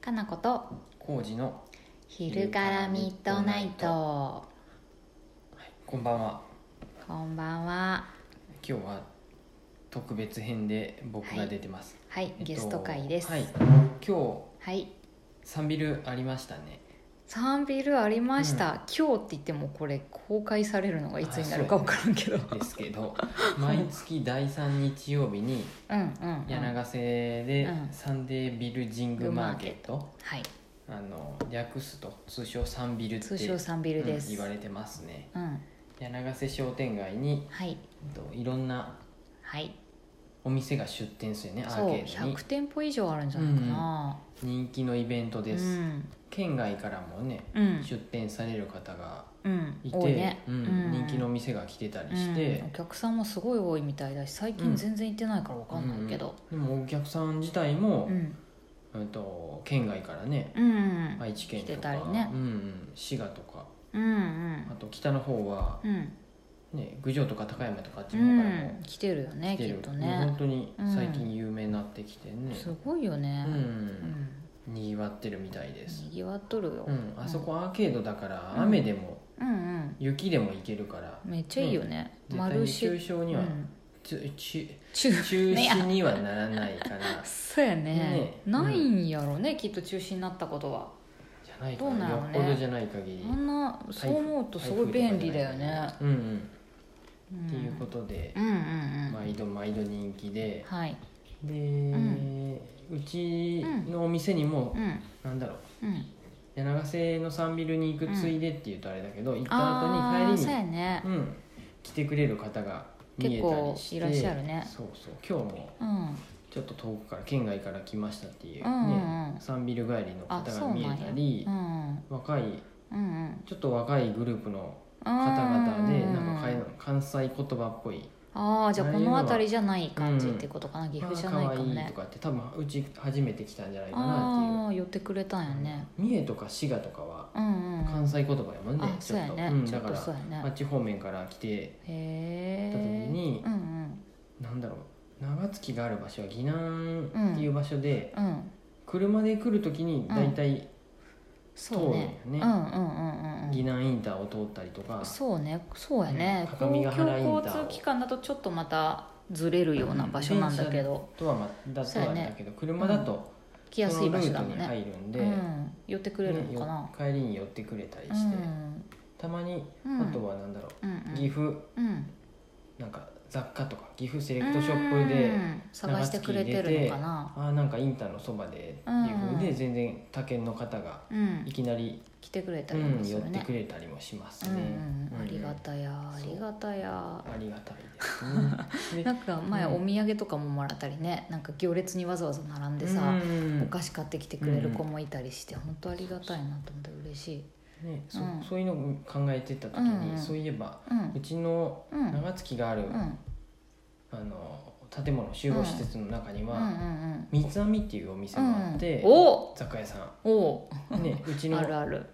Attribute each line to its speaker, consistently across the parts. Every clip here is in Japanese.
Speaker 1: かなこと
Speaker 2: 工事の
Speaker 1: 昼からミッドナイト
Speaker 2: こんばんは
Speaker 1: こんばんは
Speaker 2: 今日は特別編で僕が出てます、
Speaker 1: はい
Speaker 2: えっと
Speaker 1: ゲスト会です
Speaker 2: はい、今
Speaker 1: はい
Speaker 2: 日サンビルありましたね
Speaker 1: サンビルありました、今日って言ってもこれ公開されるのがいつになるか
Speaker 2: あそ
Speaker 1: 分
Speaker 2: う
Speaker 1: からんけどうん
Speaker 2: です けど毎月第3日曜日に
Speaker 1: うん、うん、
Speaker 2: 柳ヶ瀬で
Speaker 1: うん
Speaker 2: サンデービルジングマーケット、
Speaker 1: はい
Speaker 2: あの略すと通称サンビルって
Speaker 1: 通称サンビルで
Speaker 2: うん
Speaker 1: す、
Speaker 2: 言
Speaker 1: う
Speaker 2: わ
Speaker 1: ん
Speaker 2: れてますね柳ヶ瀬商店街に、
Speaker 1: はい
Speaker 2: えっと、いろんな
Speaker 1: はい
Speaker 2: お店が出店するよねア
Speaker 1: そう
Speaker 2: ーケードに
Speaker 1: 100店舗以上あるんじゃないかな、
Speaker 2: 人気のイベント
Speaker 1: うん、
Speaker 2: です、県外からもね
Speaker 1: うん
Speaker 2: 出店される方が
Speaker 1: うん
Speaker 2: いて、
Speaker 1: 多いね、
Speaker 2: うん人気のお店が来てたりし
Speaker 1: うんお
Speaker 2: て、
Speaker 1: 客さんもすごい多いみたいだし最
Speaker 2: う
Speaker 1: 近
Speaker 2: ん
Speaker 1: 全然行ってないから分かんないけど
Speaker 2: でもお客さん自体も
Speaker 1: う、ん
Speaker 2: うんと県外からね
Speaker 1: うんうん
Speaker 2: 愛知県
Speaker 1: 来
Speaker 2: と
Speaker 1: て
Speaker 2: か、
Speaker 1: たりね
Speaker 2: うんうん、滋賀とか
Speaker 1: うん
Speaker 2: あと北の方は、
Speaker 1: うんうん
Speaker 2: ね、郡上とか高山とかあっち
Speaker 1: う
Speaker 2: の方からも
Speaker 1: ん来てるよね
Speaker 2: 来
Speaker 1: き
Speaker 2: てる、
Speaker 1: っと
Speaker 2: もう本
Speaker 1: ね
Speaker 2: 当に最近有名になってきてね、
Speaker 1: すごいよね
Speaker 2: うん
Speaker 1: うん
Speaker 2: にぎわってるみたいです、
Speaker 1: にぎわっとるよ
Speaker 2: うん、あそこアーケードだから
Speaker 1: うん
Speaker 2: 雨でも
Speaker 1: うん
Speaker 2: 雪でも行けるから、
Speaker 1: うんめっちゃいいよねマル
Speaker 2: 絶
Speaker 1: シ
Speaker 2: 対
Speaker 1: ェ
Speaker 2: に中傷には、
Speaker 1: うん
Speaker 2: ちち
Speaker 1: 中
Speaker 2: 中
Speaker 1: ね
Speaker 2: 止にはならないから
Speaker 1: そうやね
Speaker 2: ね
Speaker 1: ないんやろうねきっと中止になったことは
Speaker 2: じゃないか
Speaker 1: どうな
Speaker 2: な、
Speaker 1: の
Speaker 2: よっぽどじゃない限り
Speaker 1: あんなそう思うとすごい便利だよね
Speaker 2: うんうん、
Speaker 1: うん
Speaker 2: っていうことで
Speaker 1: うんうんうん
Speaker 2: 毎度毎度人気で
Speaker 1: はい
Speaker 2: で、うんちのお店にも
Speaker 1: う、ん
Speaker 2: なんだろう
Speaker 1: うん
Speaker 2: 柳ヶ瀬のサンビルに行くついでっていうとあれだけど、行った
Speaker 1: あ
Speaker 2: 後
Speaker 1: あー
Speaker 2: に帰
Speaker 1: そう
Speaker 2: り
Speaker 1: や
Speaker 2: に
Speaker 1: ね
Speaker 2: う、ん、来てくれる方が見え
Speaker 1: 結
Speaker 2: たり
Speaker 1: 構
Speaker 2: して
Speaker 1: いらっしゃるね
Speaker 2: そうそう今日も
Speaker 1: うん
Speaker 2: ちょっと遠くから県外から来ましたっていう、ね
Speaker 1: うんうんうん
Speaker 2: サンビル帰りの
Speaker 1: あ
Speaker 2: 方
Speaker 1: そ
Speaker 2: が
Speaker 1: う
Speaker 2: 見
Speaker 1: な
Speaker 2: え
Speaker 1: んや
Speaker 2: たり
Speaker 1: う、ん
Speaker 2: 若い
Speaker 1: うんうん
Speaker 2: ちょっと若いグループの
Speaker 1: 方
Speaker 2: 方々でなんかかい関西言葉っぽい
Speaker 1: ああじゃあこの辺りじゃない感じってことかな岐
Speaker 2: あ
Speaker 1: 阜じ
Speaker 2: ー
Speaker 1: ゃ
Speaker 2: 可
Speaker 1: ないか
Speaker 2: 愛
Speaker 1: も
Speaker 2: い
Speaker 1: ね
Speaker 2: とかって多分うち初めて来たんじゃないかな
Speaker 1: ああー寄ってくれたんや
Speaker 2: っていう、
Speaker 1: ね
Speaker 2: 三重とか滋賀とかは
Speaker 1: うんうん
Speaker 2: 関西言葉やもんね、
Speaker 1: あ
Speaker 2: ち
Speaker 1: そ
Speaker 2: ょ
Speaker 1: う
Speaker 2: っ
Speaker 1: や
Speaker 2: と、
Speaker 1: ね
Speaker 2: うん
Speaker 1: ちょ
Speaker 2: だ
Speaker 1: っ
Speaker 2: か
Speaker 1: と
Speaker 2: ら
Speaker 1: そうやね
Speaker 2: あっち方面から来て
Speaker 1: へ
Speaker 2: た時
Speaker 1: え
Speaker 2: に
Speaker 1: うんうん
Speaker 2: なんだろう長槻がある場所は岐南っていう場所で、
Speaker 1: うん
Speaker 2: 車で来る時に大体
Speaker 1: そうね
Speaker 2: 遠い
Speaker 1: うんうん
Speaker 2: よね
Speaker 1: うんうん
Speaker 2: 岐
Speaker 1: う
Speaker 2: 南インターを通ったりとか
Speaker 1: ん、そうねそうやね
Speaker 2: うん
Speaker 1: 公
Speaker 2: 各務原インターを
Speaker 1: 共交通機関だとちょっとまたずれるような場所なんだけど
Speaker 2: あとはまだとはあれだけど、車だと
Speaker 1: 来やすい場所だもん
Speaker 2: その
Speaker 1: ね
Speaker 2: ルートに入るんで、
Speaker 1: うん寄ってくれるのかな
Speaker 2: ねよ帰りに寄ってくれたり
Speaker 1: う
Speaker 2: して、
Speaker 1: ん
Speaker 2: たまに、
Speaker 1: うん
Speaker 2: あとはなんだろ
Speaker 1: うんう
Speaker 2: う、
Speaker 1: ん
Speaker 2: 岐阜
Speaker 1: うん
Speaker 2: なんか雑貨とか岐阜セレクトショップで、
Speaker 1: うん探してくれてるのかな
Speaker 2: ああなんかインターのそばでっていうふうで全然他県の方が
Speaker 1: うん
Speaker 2: いきなり、
Speaker 1: 来てくれた
Speaker 2: う
Speaker 1: り
Speaker 2: ん
Speaker 1: もす
Speaker 2: 寄っ
Speaker 1: る
Speaker 2: て
Speaker 1: ね
Speaker 2: くれたりもします
Speaker 1: うん
Speaker 2: ね、
Speaker 1: うんうんありが
Speaker 2: い
Speaker 1: たやありがたや
Speaker 2: ありがたいで すねで
Speaker 1: なんか前
Speaker 2: うん
Speaker 1: お土産とかももらったりねなんか行列にわざわざ並んで
Speaker 2: う
Speaker 1: さ
Speaker 2: ん
Speaker 1: お菓子買ってきてくれる子もいたりして本当ありがたいなと思って嬉しい
Speaker 2: ねそ
Speaker 1: うん
Speaker 2: そういうのを考えてた時に、
Speaker 1: うんうん
Speaker 2: そういえば
Speaker 1: うん
Speaker 2: うちの
Speaker 1: うんうん
Speaker 2: 長槻がある、
Speaker 1: うん
Speaker 2: あの建物集合施設の中に
Speaker 1: うんう
Speaker 2: は、
Speaker 1: ん
Speaker 2: 三つ編みっていうお店があって、
Speaker 1: うんお
Speaker 2: 雑貨屋さ
Speaker 1: おお
Speaker 2: ん、ね、うち
Speaker 1: う
Speaker 2: の
Speaker 1: あるある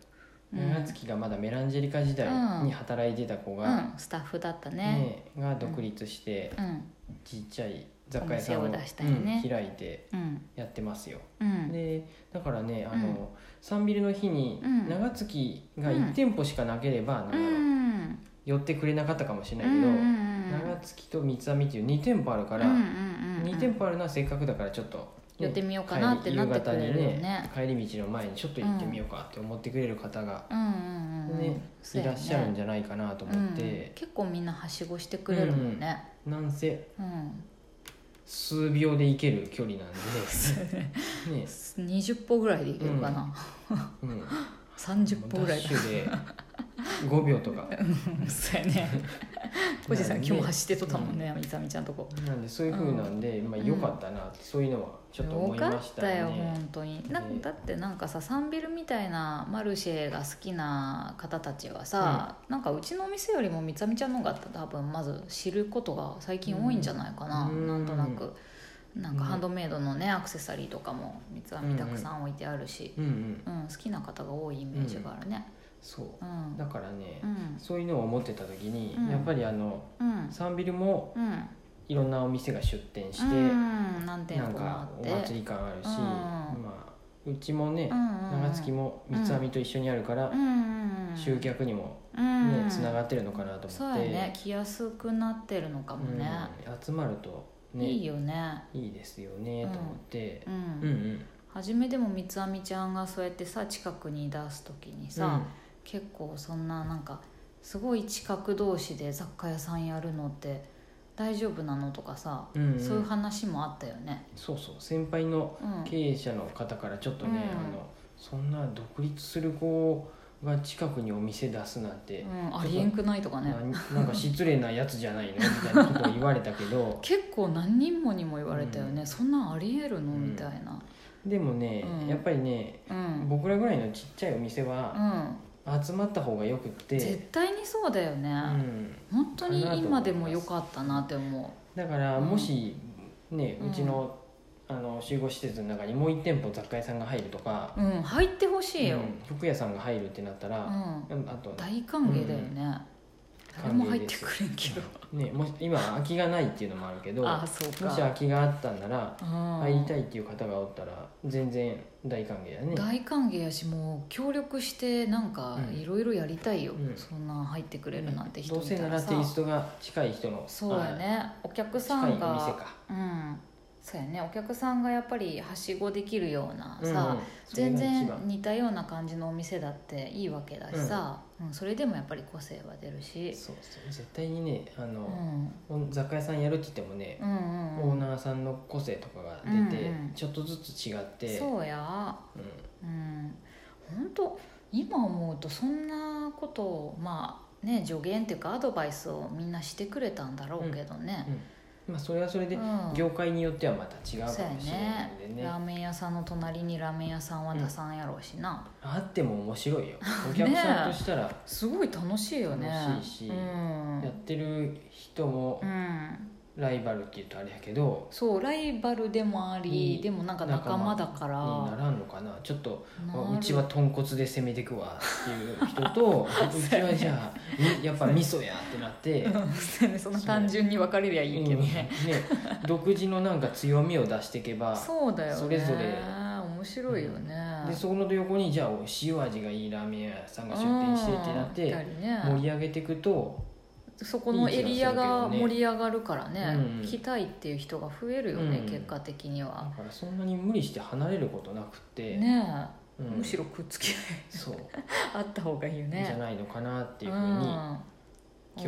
Speaker 1: うん
Speaker 2: 長月がまだメランジェリカ時代に働いてた子
Speaker 1: う
Speaker 2: が、
Speaker 1: んスタッフだったね
Speaker 2: ねが独立して
Speaker 1: うん
Speaker 2: ちっちゃい雑貨屋さん
Speaker 1: お
Speaker 2: を、
Speaker 1: 店を出したりね
Speaker 2: うん開いて
Speaker 1: うん
Speaker 2: やってますよ、
Speaker 1: うん
Speaker 2: でだからねあ
Speaker 1: うん
Speaker 2: の、サンビルの日に
Speaker 1: うん
Speaker 2: 長月が1店舗しかなければ、なん
Speaker 1: う
Speaker 2: だろうん寄ってくれなかったかもしれな
Speaker 1: う
Speaker 2: いけど、
Speaker 1: んうん
Speaker 2: 長月と三つ編みっていう2店舗あるから、
Speaker 1: うんうんうんうん
Speaker 2: 2店舗あるのはせっかくだからちょっとね、
Speaker 1: 寄ってみようかなってなってくれるよね
Speaker 2: 帰り夕方にね帰り道の前にちょっと行ってみようかって思ってくれる方が、
Speaker 1: うんうんうんうん
Speaker 2: ね
Speaker 1: そう
Speaker 2: い
Speaker 1: やね
Speaker 2: らっしゃるんじゃないかなと思っ
Speaker 1: うん
Speaker 2: て、
Speaker 1: 結構みんなはしごしてくれるもんね
Speaker 2: なんせ
Speaker 1: うん
Speaker 2: 数秒で行ける距離なんでね、
Speaker 1: 20歩ぐらいでいけるかな
Speaker 2: うん、
Speaker 1: 30歩ぐらい
Speaker 2: ダッシュで5秒 とか
Speaker 1: うんそうや ね小路さん今日も走ってとったもんねみさみちゃんとこ
Speaker 2: なんでそういうふうなんで、まあ、良かったなって、そういうのはちょっと思いましたね。
Speaker 1: よかったよ本当になん
Speaker 2: ね
Speaker 1: だってなんかさサンビルみたいなマルシェが好きな方たちはさ、なんかうちのお店よりもみさみちゃんの方が多分まず知ることが最近多いんじゃないかな、
Speaker 2: うん
Speaker 1: なんとなく。なんか
Speaker 2: うん
Speaker 1: ハンドメイドのねアクセサリーとかも三つ編みたくさん置いてあるし、
Speaker 2: うんうん、
Speaker 1: うん好きな方が多いイメージがあるね
Speaker 2: そううんだからね、
Speaker 1: うん
Speaker 2: そういうのを思ってた時に、
Speaker 1: うん
Speaker 2: やっぱりあの
Speaker 1: うん
Speaker 2: サンビルも
Speaker 1: うん
Speaker 2: いろんなお店が出店して、
Speaker 1: うん何店
Speaker 2: なん
Speaker 1: 舗もあ
Speaker 2: か
Speaker 1: っ
Speaker 2: お
Speaker 1: て
Speaker 2: 祭り感あるし、
Speaker 1: うん
Speaker 2: まあうちもね、長月も三つ編みと一緒にあるから、集客にもねつな
Speaker 1: っ
Speaker 2: がってるのかなと
Speaker 1: そう
Speaker 2: 思
Speaker 1: や
Speaker 2: って、
Speaker 1: ね来やすくなってるのかもね、
Speaker 2: うん集まるとね
Speaker 1: いいよね
Speaker 2: いいですよねと思って
Speaker 1: う、、
Speaker 2: うんん、うん
Speaker 1: 初めでも三つ編みちゃんがそうやってさ近くに出す時にさ、結構そんななんかすごい近く同士で雑貨屋さんやるのって大丈夫なのとかさ、
Speaker 2: うんうん
Speaker 1: そういう話もあったよね。
Speaker 2: そうそう先輩の
Speaker 1: うん、
Speaker 2: 経営者の方からちょっとね、
Speaker 1: うん
Speaker 2: あのそんな独立する子が近くにお店出すなんて、
Speaker 1: うん、ありえんくないとかね
Speaker 2: ななんか失礼なやつじゃないのみたいなことを言われたけ ど
Speaker 1: 結構何人もにも言われたよね、
Speaker 2: うん
Speaker 1: そんなんありえるの
Speaker 2: うん
Speaker 1: みたいな。
Speaker 2: でもね、
Speaker 1: うん
Speaker 2: やっぱりね
Speaker 1: うん、
Speaker 2: 僕らぐらいのちっちゃいお店
Speaker 1: う
Speaker 2: は
Speaker 1: ん、
Speaker 2: 集まった方がよくって、
Speaker 1: 絶対にそうだよ
Speaker 2: う
Speaker 1: ね、
Speaker 2: ん、
Speaker 1: 本当に今でも良かったなって思
Speaker 2: だから
Speaker 1: うん
Speaker 2: もしね、
Speaker 1: う
Speaker 2: うんちのあの集合施設の中にもう1店舗雑貨屋さんが入るとか、
Speaker 1: う。うん、入ってほしいよ。
Speaker 2: うん服屋さんが入るってなったら、
Speaker 1: うん、
Speaker 2: うんあと、
Speaker 1: 大歓迎だよね。
Speaker 2: うん
Speaker 1: 誰も入ってくれんけど。
Speaker 2: ね、もし今空きがないっていうのもあるけども
Speaker 1: あ、そうか。
Speaker 2: し空きがあったんなら入
Speaker 1: 入
Speaker 2: りたいっていう方がおったら全然大歓迎だね
Speaker 1: 大歓迎やしもう協力してなんか
Speaker 2: うん
Speaker 1: いろいろやりたいよ、
Speaker 2: うん
Speaker 1: そんなん入ってくれるなんて人
Speaker 2: ど
Speaker 1: いう
Speaker 2: せ
Speaker 1: た
Speaker 2: なら
Speaker 1: ら
Speaker 2: テイ
Speaker 1: さ
Speaker 2: ストが近い人の
Speaker 1: そうやねお
Speaker 2: あ
Speaker 1: 客さ
Speaker 2: 近いお
Speaker 1: ん
Speaker 2: 店
Speaker 1: が
Speaker 2: か
Speaker 1: うんそうやねお客さんがやっぱりはしごできるような
Speaker 2: うんうん
Speaker 1: さ、
Speaker 2: それが
Speaker 1: 全
Speaker 2: 一番
Speaker 1: 然似たような感じのお店だっていいわけだしさ、うんそれでもやっぱり個性は出るし、
Speaker 2: そうそう絶対にねあ
Speaker 1: うん、
Speaker 2: の、雑貨屋さんやるって言ってもね
Speaker 1: う、んうん
Speaker 2: オ
Speaker 1: う
Speaker 2: ー
Speaker 1: ん
Speaker 2: ナーさんの個性とかが出て、
Speaker 1: うんうん
Speaker 2: ちょっとずつ違って
Speaker 1: そうや
Speaker 2: うん
Speaker 1: うん本当今思うとそんなことをまあね助言っていうかアドバイスをみんなしてくれたんだろうけどね、
Speaker 2: まあ、それはそれ
Speaker 1: う
Speaker 2: で
Speaker 1: ん
Speaker 2: 業界によってはまた違うか
Speaker 1: そうや
Speaker 2: もしれない
Speaker 1: ね
Speaker 2: んでね,、
Speaker 1: ラーメン屋さんの隣にラーメン屋さんは出さんやろうしな、
Speaker 2: あっても面白 いよお客さんとしたら
Speaker 1: すごい楽しいよね
Speaker 2: 楽しいし
Speaker 1: うん
Speaker 2: やってる人も
Speaker 1: うん
Speaker 2: ライバルって言うとあれやけど、
Speaker 1: そうライバルでもあり、
Speaker 2: うん
Speaker 1: でもなんか仲間だから
Speaker 2: にならんのかなちょっと
Speaker 1: なる
Speaker 2: うちは豚骨で攻めてくわっていう人 とうちはじゃあみやっ ぱ味噌やってなって。
Speaker 1: うんそうやねそん な単純に分かれりゃいいけどね、
Speaker 2: うんね独自のなんか強みを出していけば
Speaker 1: そうだよね
Speaker 2: それぞれ
Speaker 1: 面白いよね、
Speaker 2: でそこの横にじゃあ塩味がいいラーメン屋さんが出店してってなっ
Speaker 1: うんいた
Speaker 2: て
Speaker 1: りね
Speaker 2: 盛り上げていくと
Speaker 1: そこのエリアが盛り上がるからね
Speaker 2: うんうん
Speaker 1: 来たいっていう人が増えるよね、
Speaker 2: うん
Speaker 1: 結果的に
Speaker 2: だ
Speaker 1: は、
Speaker 2: からそんなに無理して離れることなくって、
Speaker 1: ね
Speaker 2: う
Speaker 1: え、
Speaker 2: ん
Speaker 1: むしろくっつき
Speaker 2: そう
Speaker 1: 合いあった方がいいよね
Speaker 2: じゃないのかなっていうふうに、
Speaker 1: うん、
Speaker 2: 今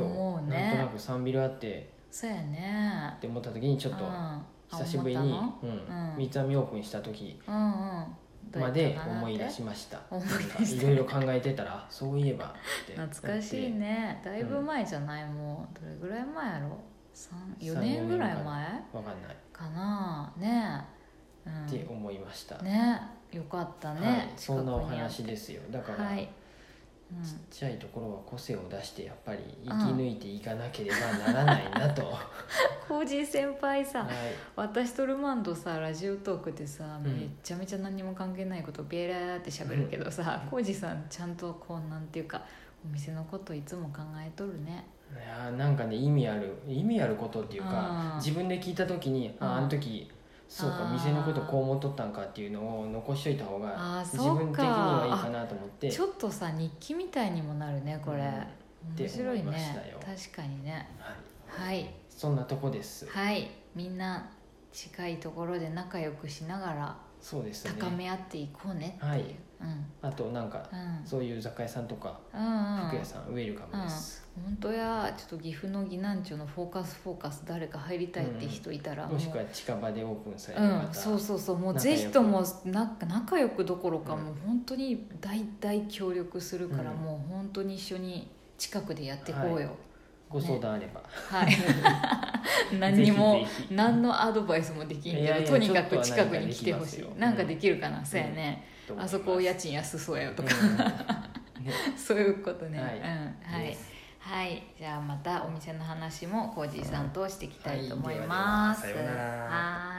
Speaker 1: 思う
Speaker 2: 日なんとな
Speaker 1: ね
Speaker 2: く3ビルあって
Speaker 1: そうやね
Speaker 2: って思った時にちょっ
Speaker 1: うん
Speaker 2: と
Speaker 1: あ
Speaker 2: 久しぶりに、
Speaker 1: 思っ
Speaker 2: うん
Speaker 1: うん
Speaker 2: 三つ編みオープンした時
Speaker 1: たのうんうんどうや
Speaker 2: ま
Speaker 1: ったかなって
Speaker 2: で思い出しました
Speaker 1: 思い
Speaker 2: なんか
Speaker 1: 出し
Speaker 2: い
Speaker 1: た
Speaker 2: ろいろ考えてたらあそういえばって
Speaker 1: 懐かしいねだいぶ前じゃない、もうどれぐらい前やろ三4年ぐらい前
Speaker 2: 分かんない
Speaker 1: かなねえ、うん、
Speaker 2: って思いました、
Speaker 1: ねよかったね、
Speaker 2: はい、そんなお
Speaker 1: 近くにあっ
Speaker 2: 話ですよだから、
Speaker 1: はい、うん
Speaker 2: ちっちゃいところは個性を出してやっぱり生き抜いていかなければならないな と、は
Speaker 1: コージー先輩
Speaker 2: い
Speaker 1: さ私とルマンドさラジオトークでさ、
Speaker 2: うん
Speaker 1: めちゃめちゃ何にも関係ないことベラーって喋るけどさ、コージーさんちゃんとこうなんていうかお店のこといつも考えとるね
Speaker 2: いやーなんかね意味ある意味あることっていうか
Speaker 1: うん
Speaker 2: 自分で聞いた時にああ
Speaker 1: うん
Speaker 2: あの時そう
Speaker 1: あ
Speaker 2: か
Speaker 1: ー
Speaker 2: 店のことこう思っとったんかっていうのを残しといた方が
Speaker 1: あー
Speaker 2: 自
Speaker 1: そうか
Speaker 2: 分的にはいいかなと思って
Speaker 1: ちょっとさ日記みたいにもなるねこれ、
Speaker 2: うんて
Speaker 1: 面白い
Speaker 2: 思いました
Speaker 1: ね
Speaker 2: よ
Speaker 1: 確かにね
Speaker 2: は
Speaker 1: は
Speaker 2: い
Speaker 1: い
Speaker 2: そんなとこです
Speaker 1: はいみんな近いところで仲良くしながら
Speaker 2: そうですね
Speaker 1: 高め合っていこうねっていう、
Speaker 2: はい
Speaker 1: うん
Speaker 2: あとなんか
Speaker 1: うん
Speaker 2: そういう雑貨屋さんとか
Speaker 1: うんうん
Speaker 2: 服屋さんウェルカムです
Speaker 1: 本当やちょっと岐阜の岐南町のフォーカスフォーカス誰か入りたいって人いたら、
Speaker 2: もしくは近場でオープンされ
Speaker 1: う
Speaker 2: る
Speaker 1: ん、そう
Speaker 2: 方
Speaker 1: そうそうもう
Speaker 2: 仲良
Speaker 1: ぜ
Speaker 2: く
Speaker 1: ひともな仲良くどころか、
Speaker 2: うん
Speaker 1: もう本当に大大協力するから、
Speaker 2: うん
Speaker 1: もう本当に一緒に近くでやっていこうよ
Speaker 2: ご相談あれば
Speaker 1: はい、 何にも
Speaker 2: ぜひぜひ
Speaker 1: 何のアドバイスもできんけど
Speaker 2: いやいや
Speaker 1: とにかく
Speaker 2: ちょっとは
Speaker 1: 近くに来てほしいな
Speaker 2: なんん
Speaker 1: か
Speaker 2: か
Speaker 1: で
Speaker 2: で
Speaker 1: きるかな、そうやね、
Speaker 2: と思い
Speaker 1: あ
Speaker 2: ます
Speaker 1: そこ家賃安そうやよとか、
Speaker 2: うんね
Speaker 1: そういうことね、
Speaker 2: はい
Speaker 1: うんはい、
Speaker 2: です
Speaker 1: はい、じゃあまたお店の話もコージーさんとしていきたいと思い
Speaker 2: はい
Speaker 1: ます。
Speaker 2: はいではではさようなら
Speaker 1: はーい